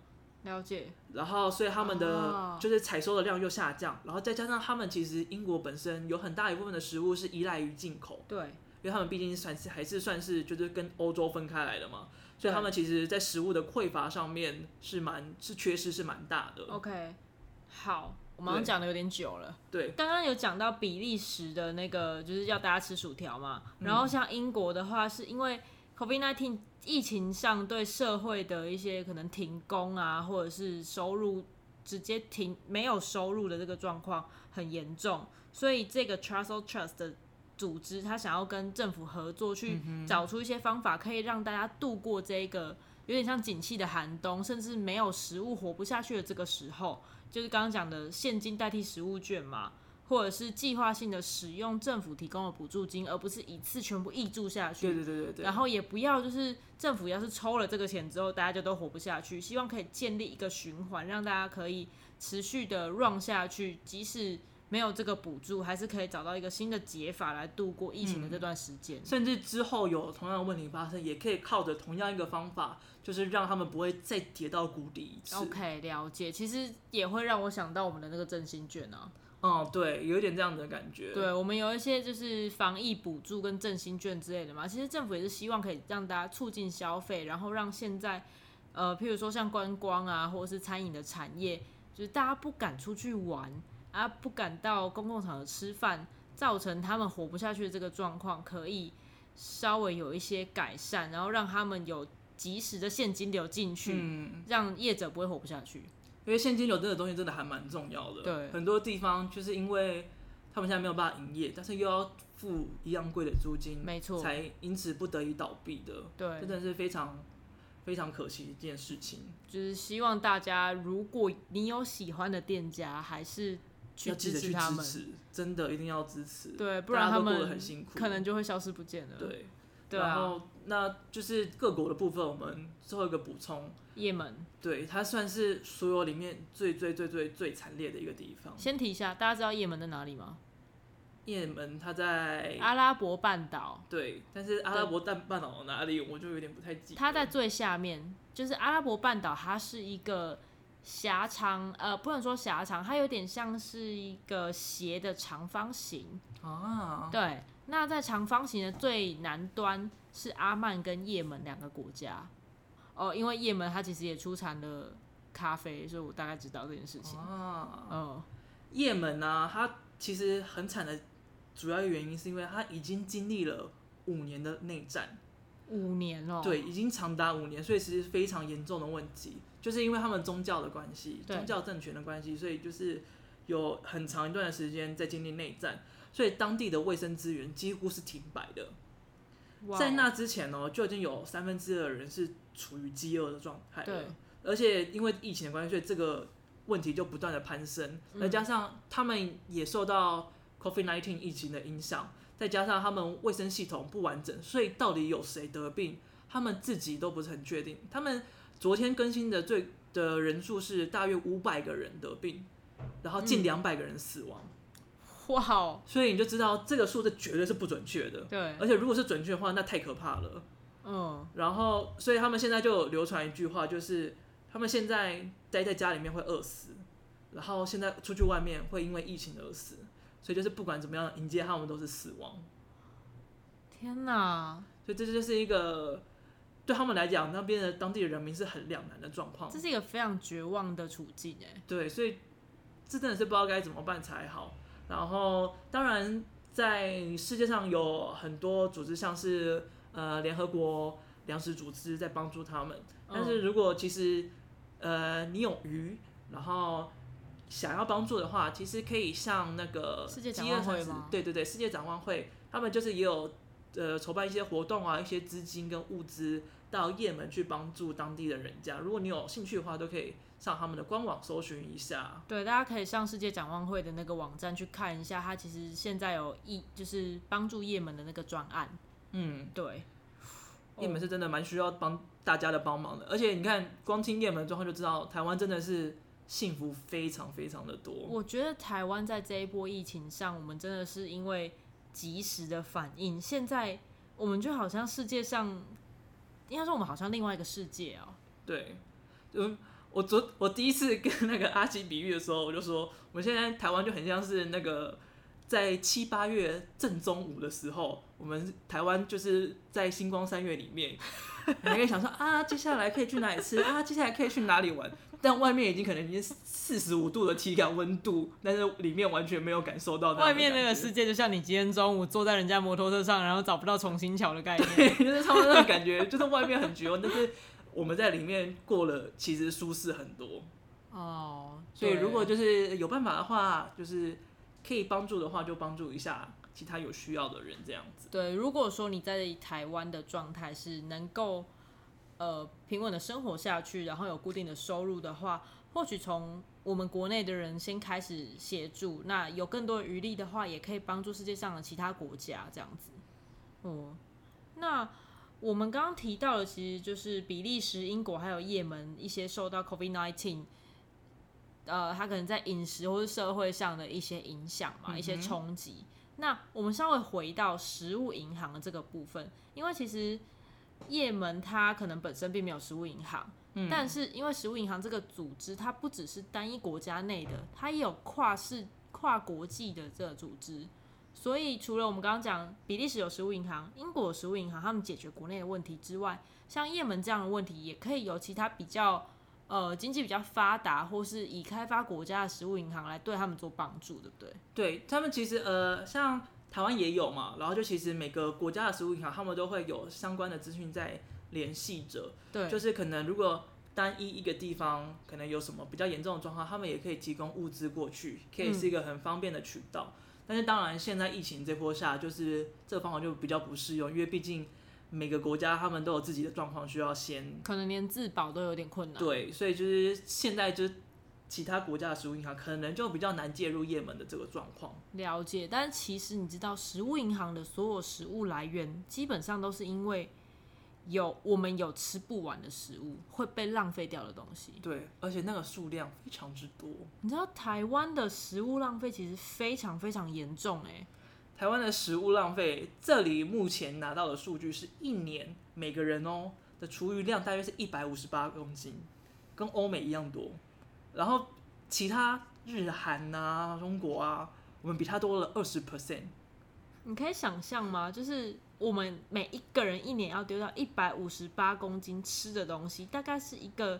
A: 了解，
B: 然后所以他们的
A: 哦
B: 就是采收的量又下降，然后再加上他们其实英国本身有很大一部分的食物是依赖于进口，
A: 对，
B: 因为他们毕竟算是还是算是就是跟欧洲分开来的嘛，所以他们其实在食物的匮乏上面是蛮是缺失是蛮大的。
A: OK，好，我们好像
B: 对
A: 讲的有点久了。
B: 对，
A: 刚刚有讲到比利时的那个，就是要大家吃薯条嘛。然后像英国的话，是因为 COVID-19 疫情上对社会的一些可能停工啊，或者是收入直接停没有收入的这个状况很严重，所以这个 Trussell Trust 的组织，他想要跟政府合作，去找出一些方法，可以让大家度过这个有点像景气的寒冬，甚至没有食物活不下去的这个时候，就是刚刚讲的现金代替食物券嘛，或者是计划性的使用政府提供的补助金，而不是一次全部挹注下去。
B: 对对对对对。
A: 然后也不要就是政府要是抽了这个钱之后，大家就都活不下去。希望可以建立一个循环，让大家可以持续的 run 下去，即使没有这个补助，还是可以找到一个新的解法来度过疫情的这段时间。
B: 甚至之后有同样的问题发生，也可以靠着同样一个方法，就是让他们不会再跌到谷底一次。
A: OK，了解。其实也会让我想到我们的那个振兴券啊，
B: 嗯，对，有一点这样的感觉。
A: 对我们有一些就是防疫补助跟振兴券之类的嘛。其实政府也是希望可以让大家促进消费，然后让现在呃，譬如说像观光啊，或者是餐饮的产业，就是大家不敢出去玩啊，不敢到公共场合吃饭，造成他们活不下去的这个状况，可以稍微有一些改善，然后让他们有及时的现金流进去，
B: 嗯，
A: 让业者不会活不下去。
B: 因为现金流这个东西真的还蛮重要的。
A: 对
B: 很多地方就是因为他们现在没有办法营业，但是又要付一样贵的租金，
A: 没错，
B: 才因此不得已倒闭的，
A: 对
B: 这，真的是非常非常可惜的一件事情。
A: 就是希望大家，如果你有喜欢的店家，还是去
B: 要记得
A: 持
B: 去
A: 他
B: 支
A: 们，
B: 持，真的一定要支持。
A: 对，不
B: 大
A: 然
B: 家
A: 他
B: 都过得
A: 们
B: 很辛苦
A: 可能就会消失不见了。
B: 对，
A: 对
B: 然
A: 啊，
B: 后那就是各国的部分，我们最后一个补充，
A: 也门
B: 对它算是所有里面最最最最最惨烈的一个地方。
A: 先提一下，大家知道也门在哪里吗？
B: 也门它在
A: 阿拉伯半岛，
B: 对，但是阿拉伯半半岛哪里我就有点不太记得。
A: 它在最下面，就是阿拉伯半岛，它是一个狭长，呃，不能说狭长，它有点像是一个斜的长方形。
B: 啊，
A: 对，那在长方形的最南端是阿曼跟也门两个国家。哦，因为也门它其实也出产了咖啡，所以我大概知道这件事情。
B: 啊，
A: 嗯，
B: 也门呢、它其实很惨的主要原因是因为它已经经历了五年的内战。
A: 五年哦、
B: 对，已经长达五年，所以其实非常严重的问题，就是因为他们宗教的关系、
A: 对
B: 宗教政权的关系，所以就是有很长一段的时间在经历内战，所以当地的卫生资源几乎是停摆的。
A: 哇哦，
B: 在那之前呢，就已经有三分之二的人是处于饥饿的状态了
A: 对，
B: 而且因为疫情的关系，所以这个问题就不断的攀升，
A: 嗯
B: 再加上他们也受到 COVID-19 疫情的影响，再加上他们卫生系统不完整，所以到底有谁得病，他们自己都不是很确定。他们昨天更新的最的人数是大约五百个人得病，然后近
A: 嗯
B: 两百个人死亡，
A: 哇哦，
B: 所以你就知道这个数字绝对是不准确的。
A: 对，
B: 而且如果是准确的话，那太可怕了。
A: 嗯，
B: 然后，所以他们现在就有流传一句话，就是他们现在待在家里面会饿死，然后现在出去外面会因为疫情而死，所以就是不管怎么样迎接他们都是死亡，
A: 天哪，
B: 所以这就是一个对他们来讲，那边的当地的人民是很两难的状况
A: 这。是一个非常绝望的处境哎。
B: 对，所以这真的是不知道该怎么办才好。然后，当然在世界上有很多组织，像是呃联合国粮食组织在帮助他们。但
A: 嗯
B: 是如果其实呃你有余，然后想要帮助的话，其实可以向那个
A: 世界展
B: 饥饿
A: 望会
B: 三十
A: 吗
B: 对对对，世界展望会，他们就是也有呃筹办一些活动啊，一些资金跟物资到也门去帮助当地的人家。如果你有兴趣的话，都可以上他们的官网搜寻一下。
A: 对，大家可以上世界展望会的那个网站去看一下，它其实现在有一就是帮助也门的那个专案。
B: 嗯，
A: 对，
B: 也门是真的蛮需要帮大家的帮忙的，而且你看，光听也门的状况就知道，台湾真的是幸福非常非常的多。
A: 我觉得台湾在这一波疫情上，我们真的是因为及时的反应，现在我们就好像世界上，应该说我们好像另外一个世界哦、
B: 对，嗯，我昨我第一次跟那个阿吉比喻的时候，我就说，我们现在台湾就很像是那个在七八月正中午的时候，我们台湾就是在星光三月里面，你还可以想说啊，接下来可以去哪里吃啊，接下来可以去哪里玩，但外面已经可能已经四十五度的体感温度，但是里面完全没有感受到样的
A: 外面那
B: 感
A: 个
B: 觉
A: 世界就像你今天中午坐在人家摩托车上，然后找不到重新桥的概念。
B: 就是他们那种感觉，就是外面很绝望，但是我们在里面过了，其实舒适很多。
A: 哦，
B: 所以
A: 对
B: 如果就是有办法的话，就是可以帮助的话，就帮助一下其他有需要的人这样子。
A: 对，如果说你在台湾的状态是能够呃平稳的生活下去，然后有固定的收入的话，或许从我们国内的人先开始协助，那有更多的余力的话，也可以帮助世界上的其他国家这样子。哦、那我们刚刚提到的，其实就是比利时、英国还有也门一些受到 COVID-19 呃，它可能在饮食或是社会上的一些影响嘛，一些
B: 嗯哼
A: 冲击。那我们稍微回到食物银行的这个部分，因为其实也门它可能本身并没有食物银行，
B: 嗯
A: 但是因为食物银行这个组织，它不只是单一国家内的，它也有跨世、跨国际的这个组织。所以除了我们刚刚讲比利时有食物银行、英国有食物银行，他们解决国内的问题之外，像也门这样的问题，也可以由其他比较呃经济比较发达或是已开发国家的食物银行来对他们做帮助，对不对？
B: 对他们其实呃，像台湾也有嘛，然后就其实每个国家的食物银行，他们都会有相关的资讯在联系着，
A: 对，
B: 就是可能如果单一一个地方可能有什么比较严重的状况，他们也可以提供物资过去，可以
A: 嗯
B: 是一个很方便的渠道。但是当然，现在疫情这波下，就是这个方法就比较不适用，因为毕竟每个国家他们都有自己的状况需要先
A: 可能连自保都有点困难。
B: 对，所以就是现在就是其他国家的食物银行可能就比较难介入也门的这个状况。
A: 了解，但其实你知道，食物银行的所有食物来源基本上都是因为有我们有吃不完的食物会被浪费掉的东西。
B: 对，而且那个数量非常之多。
A: 你知道台湾的食物浪费其实非常非常严重欸诶、
B: 台湾的食物浪费，这里目前拿到的数据是一年每个人哦的厨余量大约是一百五十八公斤，跟欧美一样多。然后其他日韩啊、中国啊，我们比它多了二十 percent。
A: 你可以想象吗？就是我们每一个人一年要丢掉一百五十八公斤吃的东西，大概是一个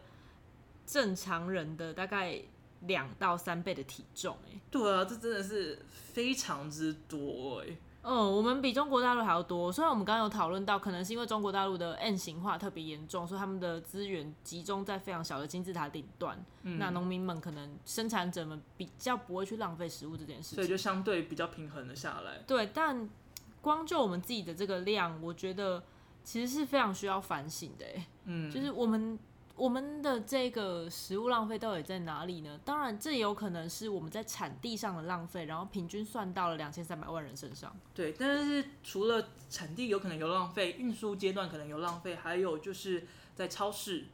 A: 正常人的大概两到三倍的体重欸诶、
B: 对啊，这真的是非常之多哎、
A: 嗯，我们比中国大陆还要多。虽然我们刚刚有讨论到，可能是因为中国大陆的 N 型化特别严重，所以他们的资源集中在非常小的金字塔顶端。
B: 嗯
A: 那农民们可能生产者们比较不会去浪费食物这件事
B: 所以
A: 情。
B: 就相对比较平衡了下来。
A: 对，但光就我们自己的这个量，我觉得其实是非常需要反省的欸。
B: 嗯，
A: 就是我们我们的这个食物浪费到底在哪里呢？当然，这也有可能是我们在产地上的浪费，然后平均算到了两千三百万人身上。
B: 对，但是除了产地有可能有浪费，运输阶段可能有浪费，还有就是在超市、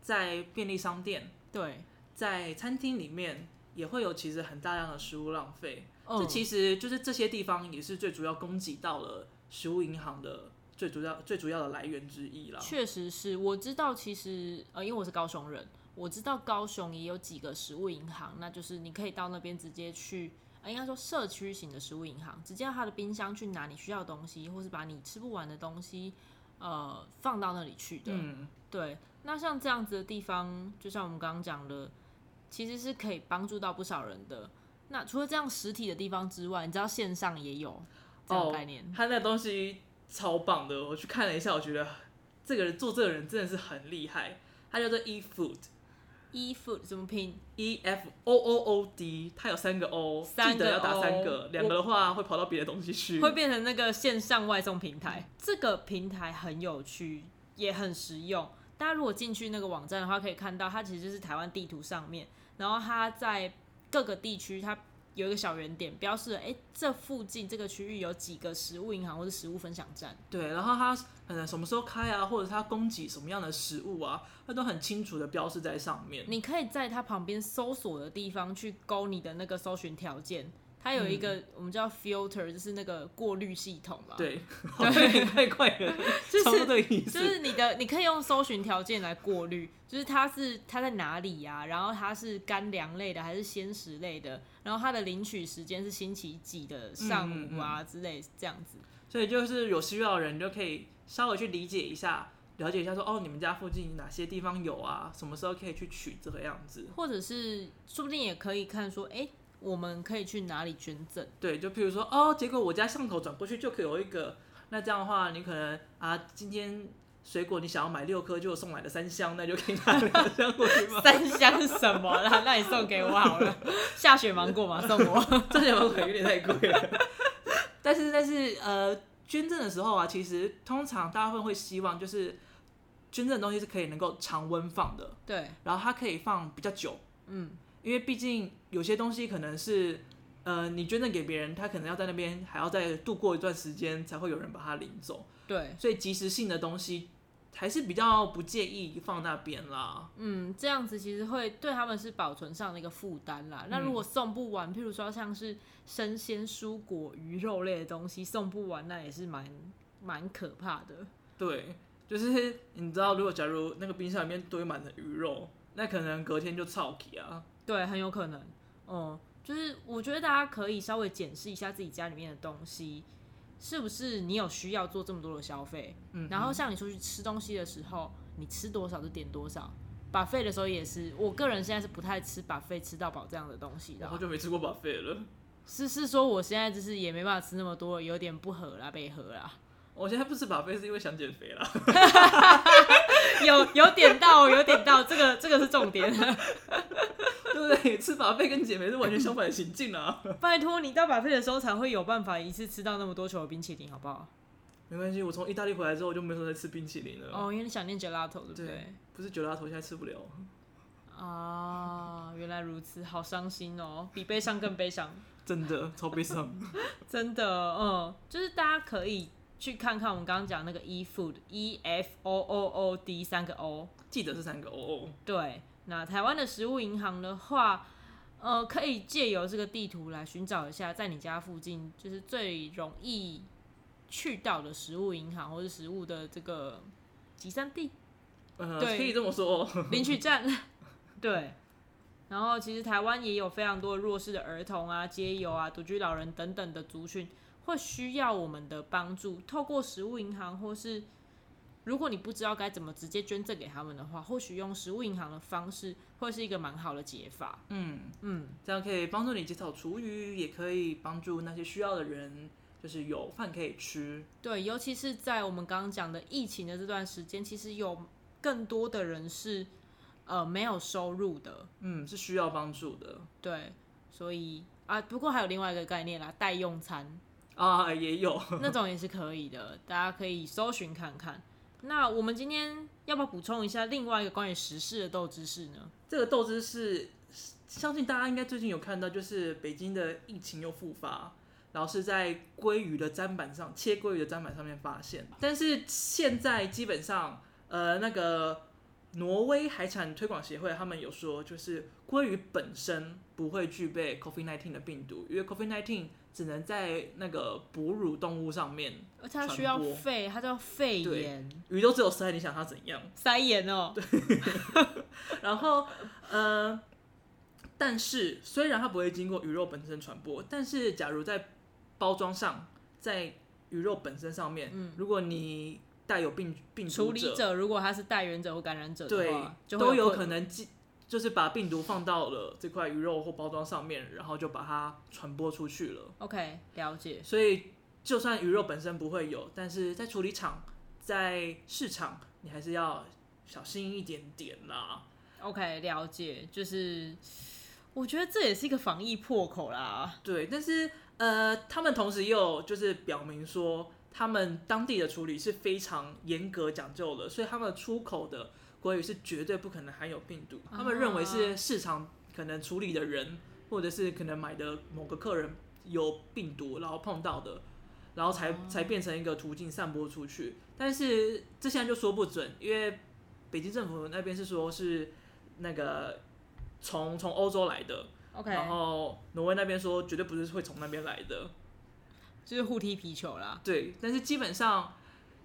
B: 在便利商店、
A: 对，
B: 在餐厅里面也会有其实很大量的食物浪费。这
A: 嗯
B: 其实就是这些地方也是最主要供给到了食物银行的最主要最主要的来源之一啦。
A: 确实是我知道，其实呃，因为我是高雄人，我知道高雄也有几个食物银行，那就是你可以到那边直接去，呃、应该说社区型的食物银行，直接到他的冰箱去拿你需要的东西，或是把你吃不完的东西，呃，放到那里去的。
B: 嗯，
A: 对，那像这样子的地方，就像我们刚刚讲的，其实是可以帮助到不少人的。那除了这样实体的地方之外，你知道线上也有这种
B: 哦
A: 概念，
B: 他那东西超棒的，我去看了一下，我觉得这个人做这个人真的是很厉害。他叫做 E Food。
A: 衣服怎么拼？
B: E F O O O D，它有三个 O，
A: 三
B: 记
A: 个
B: 得要打三
A: O
B: 个，两个的话会跑到别的东西去。
A: 会变成那个线上外送平台。这个平台很有趣，也很实用。大家如果进去那个网站的话，可以看到它其实就是台湾地图上面，然后它在各个地区它有一个小圆点，标示了诶这附近这个区域有几个食物银行或者食物分享站。
B: 对，然后它可能什么时候开啊，或者它供给什么样的食物啊，它都很清楚的标示在上面。
A: 你可以在它旁边搜索的地方去勾你的那个搜寻条件。它有一个、我们叫 filter，就是那个过滤系统吧。，
B: 对，好像也太快 了，
A: 就是
B: 差不多这 个意
A: 就
B: 思。
A: 是你的，你可以用搜寻条件来过滤，就是它是它在哪里呀、然后它是干粮类的还是鲜食类的，然后它的领取时间是星期几的上午啊之类这样子。
B: 所以就是有需要的人就可以稍微去理解一下，了解一下说哦，你们家附近哪些地方有啊，什么时候可以去取这个样子。
A: 或者是说不定也可以看说，哎、我们可以去哪里捐赠？
B: 对，就譬如说，哦，结果我家巷口转过去就可以有一个，那这样的话，你可能啊，今天水果你想要买六颗，就送来了三箱，那就可以拿两箱过去嘛，
A: 三箱是什么啦？那你送给我好了，下雪芒果嘛，送 我。
B: 这两百块有点太贵了。 但是，但是，呃，捐赠的时候啊，其实通常大部分会希望就是捐赠的东西是可以能够常温放的，
A: 对，
B: 然后它可以放比较久，
A: 嗯。
B: 因为毕竟有些东西可能是。呃，你捐赠给别人，他可能要在那边还要再度过一段时间，才会有人把它领走。
A: 对，
B: 所以即时性的东西还是比较不介意放那边啦。
A: 嗯，这样子其实会对他们是保存上的一个负担啦。那如果送不完，譬如说像是生鲜蔬果、鱼肉类的东西送不完，那也是蛮蛮可怕的。
B: 对，就是你知道，如果假如那个冰箱里面堆满了鱼肉，那可能隔天就臭皮啊。
A: 对，很有可能。嗯，就是我觉得大家可以稍微检视一下自己家里面的东西，是不是你有需要做这么多的消费？
B: 嗯，
A: 然后像你出去吃东西的时候，你吃多少就点多少。把费的时候也是，我个人现在是不太吃把费吃到饱这样的东西的
B: 我
A: 啊。
B: 好久没吃过 buffet 了。
A: 是是说我现在就是也没办法吃那么多，有点不合啦，被合啦，
B: 我现在不吃 buffet 是因为想减肥啦。
A: 有有点到，有点到，这个这个是重点。
B: 对不对？吃法费跟减肥是完全相反的行径啊。
A: 拜托你到百费的时候才会有办法一次吃到那么多球的冰淇淋，好不好？
B: 没关系，我从意大利回来之后就没有再吃冰淇淋了。
A: 哦，因为你想念 gelato，对不对
B: 啊对？不是九大头现在吃不了。
A: 啊，原来如此，好伤心哦，比悲伤更悲伤。
B: 真的超 悲伤。
A: 真的，嗯，就是大家可以去看看我们刚刚讲那个 e food e f o o o d 三个 o，
B: 记得是三个哦哦，
A: 对，那台湾的食物银行的话，呃，可以借由这个地图来寻找一下，在你家附近就是最容易去到的食物银行或是食物的这个集散地
B: 呃，
A: 对
B: 可以这么说。
A: 领取站。 对，然后其实台湾也有非常多弱势的儿童啊、街友啊、独居老人等等的族群，会需要我们的帮助。透过食物银行或是如果你不知道该怎么直接捐赠给他们的话，或许用食物银行的方式会是一个蛮好的解法。
B: 嗯，
A: 嗯，
B: 这样可以帮助你减少厨余，也可以帮助那些需要的人，就是有饭可以吃。
A: 对，尤其是在我们刚刚讲的疫情的这段时间，其实有更多的人是呃没有收入的，
B: 嗯，是需要帮助的
A: 对，所以啊，不过还有另外一个概念啦，代用餐
B: 啊，也有。
A: 那种也是可以的，大家可以搜寻看看。那我们今天要不要补充一下另外一个关于时事的豆知识呢？
B: 这个豆汁是，相信大家应该最近有看到，就是北京的疫情又复发，然后是在鲑鱼的砧板上切鲑鱼的砧板上面发现。但是现在基本上，呃，那个挪威海产推广协会他们有说，就是鲑鱼本身不会具备 COVID-19 的病毒，因为 COVID-19 只能在那个哺乳动物上面，
A: 而且它
B: 传
A: 需要
B: 播
A: 肺，它叫肺
B: 对
A: 炎，
B: 鱼都只有鳃，你想它怎样？
A: 塞炎哦、
B: 然后，呃，但是虽然它不会经过鱼肉本身传播，但是假如在包装上，在鱼肉本身上面，如果你带有病病
A: 嗯处
B: 毒
A: 理
B: 者，
A: 者如果他是带源者或感染者的
B: 对
A: 话，，就会
B: 都有
A: 困
B: 可能进，就是把病毒放到了这块鱼肉或包装上面，然后就把它传播出去了。
A: OK，了解。
B: 所以，就算鱼肉本身不会有，但是在处理厂、在市场，你还是要小心一点点啦。
A: OK，了解，就是我觉得这也是一个防疫破口啦。
B: 对，但是呃，他们同时又就是表明说，他们当地的处理是非常严格讲究的，所以他们出口的鲑鱼是绝对不可能含有病毒。他们认为是市场可能处理的人，或者是可能买的某个客人有病毒，然后碰到的，然后才才变成一个途径散播出去。但是这现在就说不准，因为北京政府那边是说是那个从从欧洲来的，
A: OK，
B: 然后挪威那边说绝对不是会从那边来的，
A: 就是互踢皮球啦。
B: 对。但是基本上，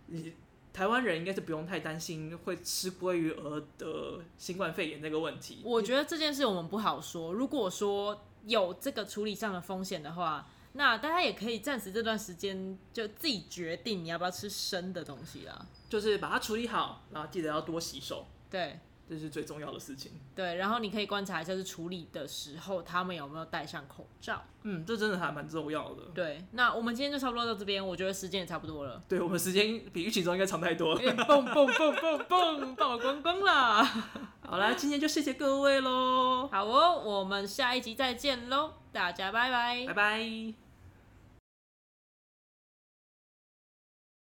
B: 你台湾人应该是不用太担心会吃鲑鱼而得新冠肺炎这个问题。
A: 我觉得这件事我们不好说。如果说有这个处理上的风险的话，那大家也可以暂时这段时间就自己决定你要不要吃生的东西啦。
B: 就是把它处理好，然后记得要多洗手，
A: 对
B: 这是最重要的事情。
A: 对，然后你可以观察一下，就是处理的时候他们有没有戴上口罩。
B: 嗯，这真的还蛮重要的。
A: 对，那我们今天就差不多到这边，我觉得时间也差不多了。
B: 对我们时间比预期中应该长太多
A: 有
B: 了。
A: 点蹦蹦蹦蹦蹦，爆光光了。
B: 好啦，今天就谢谢各位喽，
A: 好哦，我们下一集再见喽，大家拜拜
B: 拜。拜。